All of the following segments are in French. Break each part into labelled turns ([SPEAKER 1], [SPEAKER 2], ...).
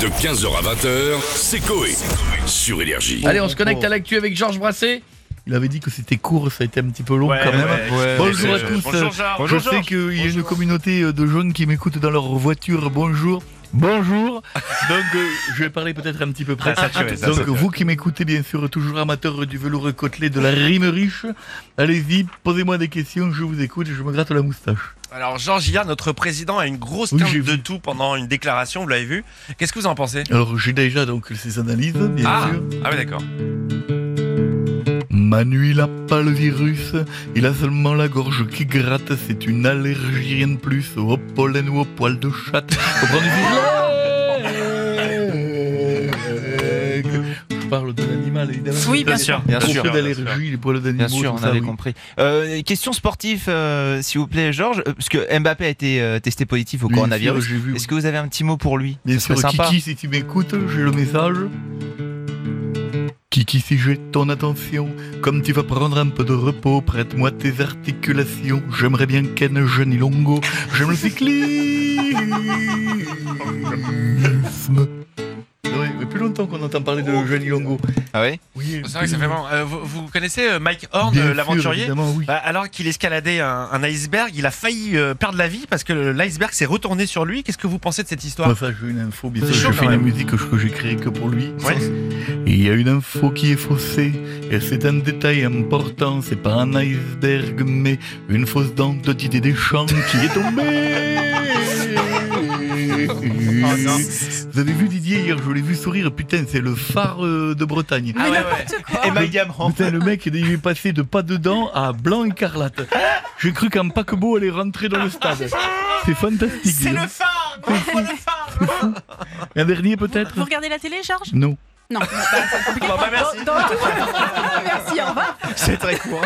[SPEAKER 1] De 15h à 20h, c'est Coé. Sur Énergie.
[SPEAKER 2] Allez, on se connecte à l'actu avec Georges Brasset.
[SPEAKER 3] Il avait dit que c'était court, ça a été un petit peu long
[SPEAKER 4] Ouais,
[SPEAKER 3] quand même.
[SPEAKER 4] ouais, ouais.
[SPEAKER 3] Bonjour à
[SPEAKER 4] Euh,
[SPEAKER 3] tous.
[SPEAKER 4] bonjour, Georges. Bonjour,
[SPEAKER 3] Je sais
[SPEAKER 4] Georges.
[SPEAKER 3] qu'il y a une
[SPEAKER 4] Bonjour.
[SPEAKER 3] communauté de jeunes qui m'écoutent dans leur voiture. Bonjour. Bonjour. Donc euh, je vais parler peut-être un petit peu près.
[SPEAKER 4] Ah, Ça, ça, tu es, ça,
[SPEAKER 3] Donc
[SPEAKER 4] ça, tu es.
[SPEAKER 3] vous qui m'écoutez bien sûr toujours amateur du velours côtelé de la rime riche, allez-y, posez-moi des questions, je vous écoute, je me gratte la moustache.
[SPEAKER 4] Alors Jean Gillard, notre président, a une grosse
[SPEAKER 3] Oui,
[SPEAKER 4] teinte
[SPEAKER 3] j'ai
[SPEAKER 4] de tout pendant une déclaration, vous l'avez vu. Qu'est-ce que vous en pensez
[SPEAKER 3] Alors j'ai déjà donc ces analyses bien
[SPEAKER 4] Ah,
[SPEAKER 3] sûr.
[SPEAKER 4] ah oui d'accord.
[SPEAKER 3] Manu, il a pas le virus, il a seulement la gorge qui gratte, c'est une allergie, rien de plus, au pollen ou au poil de chatte. Faut prendre du- Je parle de l'animal, évidemment.
[SPEAKER 5] Oui, bien
[SPEAKER 4] sûr.
[SPEAKER 3] Bien sûr.
[SPEAKER 4] Bien sûr, bien
[SPEAKER 3] d'allergie, les poils d'animaux,
[SPEAKER 6] Bien sûr,
[SPEAKER 3] tout
[SPEAKER 6] on
[SPEAKER 3] ça,
[SPEAKER 6] avait
[SPEAKER 3] oui.
[SPEAKER 6] compris. Euh, question sportive, euh, s'il vous plaît, Georges, euh, parce que Mbappé a été euh, testé positif au
[SPEAKER 3] Bien
[SPEAKER 6] coronavirus.
[SPEAKER 3] sûr, j'ai vu.
[SPEAKER 6] Est-ce que vous avez un petit mot pour lui
[SPEAKER 3] Bien
[SPEAKER 6] Ce serait
[SPEAKER 3] sûr,
[SPEAKER 6] sympa.
[SPEAKER 3] Kiki, si tu m'écoutes, j'ai le message. Kiki, si j'ai ton attention, comme tu vas prendre un peu de repos, prête-moi tes articulations. J'aimerais bien Ken Johnny Longo. J'aime le cyclisme. Ah Ouais, mais plus longtemps qu'on entend parler de Johnny Longo.
[SPEAKER 6] Ah ouais
[SPEAKER 3] Oui,
[SPEAKER 4] Oh, C'est vrai que ça fait vraiment. euh, vous, vous connaissez euh, Mike Horn,
[SPEAKER 3] Bien
[SPEAKER 4] euh,
[SPEAKER 3] sûr,
[SPEAKER 4] l'aventurier
[SPEAKER 3] évidemment, oui.
[SPEAKER 4] Bah, alors qu'il escaladait un, un iceberg, il a failli euh, perdre la vie parce que le- l'iceberg s'est retourné sur lui. Qu'est-ce que vous pensez de cette histoire
[SPEAKER 3] Moi, ça, j'ai une info, bien
[SPEAKER 4] C'est
[SPEAKER 3] sûr, je
[SPEAKER 4] chaud,
[SPEAKER 3] fais
[SPEAKER 4] quand
[SPEAKER 3] la
[SPEAKER 4] même.
[SPEAKER 3] musique que j'ai créée que pour lui.
[SPEAKER 4] Ouais.
[SPEAKER 3] Il y a une info qui est faussée, et c'est un détail important, c'est pas un iceberg, mais une fausse dent de Didier Deschamps qui est tombée.
[SPEAKER 4] Oh
[SPEAKER 3] Vous avez vu Didier hier, je l'ai vu sourire, putain, c'est le phare euh, de Bretagne.
[SPEAKER 4] Ah ouais, ouais.
[SPEAKER 6] Et Mike Diamant.
[SPEAKER 3] Putain, le mec, il est passé de pas dedans à blanc écarlate. J'ai cru qu'un paquebot allait rentrer dans le stade. C'est fantastique.
[SPEAKER 4] C'est
[SPEAKER 3] Guillaume.
[SPEAKER 4] le phare
[SPEAKER 3] C'est fou. C'est
[SPEAKER 5] hein
[SPEAKER 3] fou. Un dernier peut-être
[SPEAKER 5] Vous regardez la télé, Georges
[SPEAKER 3] Non.
[SPEAKER 5] Non. Oh,
[SPEAKER 4] Bon, bah, merci.
[SPEAKER 5] Merci, au revoir.
[SPEAKER 6] C'est très court.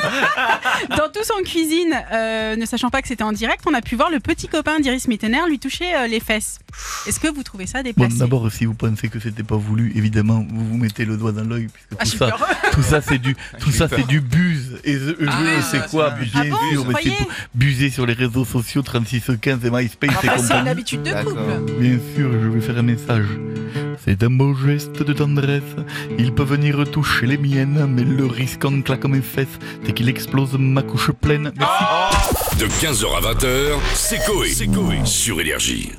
[SPEAKER 5] Dans Tous en cuisine, euh, ne sachant pas que c'était en direct, on a pu voir le petit copain d'Iris Mittener lui toucher euh, les fesses. Est-ce que vous trouvez ça
[SPEAKER 3] Bon,
[SPEAKER 5] déplacé
[SPEAKER 3] d'abord, si vous pensez que c'était pas voulu, évidemment, vous vous mettez le doigt dans l'œil, puisque
[SPEAKER 5] Ah, je
[SPEAKER 3] tout
[SPEAKER 5] suis
[SPEAKER 3] ça,
[SPEAKER 5] peur.
[SPEAKER 3] tout ça, c'est du, tout
[SPEAKER 6] j'ai
[SPEAKER 3] ça,
[SPEAKER 6] peur.
[SPEAKER 3] c'est du buse. Et je, je
[SPEAKER 4] Ah,
[SPEAKER 3] sais quoi,
[SPEAKER 4] c'est-
[SPEAKER 3] bien
[SPEAKER 5] Ah bon,
[SPEAKER 3] sûr,
[SPEAKER 5] vous
[SPEAKER 3] mais
[SPEAKER 5] croyez
[SPEAKER 3] c'est busé sur les réseaux sociaux 3615 et MySpace et
[SPEAKER 5] Ah, C'est une
[SPEAKER 3] compagnie.
[SPEAKER 5] habitude de
[SPEAKER 6] D'accord.
[SPEAKER 5] couple.
[SPEAKER 3] Bien sûr, je vais faire un message. C'est un beau geste de tendresse. Il peut venir toucher les miennes, mais le risque en claquant mes fesses, c'est qu'il explose ma
[SPEAKER 5] Ah,
[SPEAKER 3] couche pleine. Merci.
[SPEAKER 1] De 15h à 20h, c'est Coé. Sur Énergie.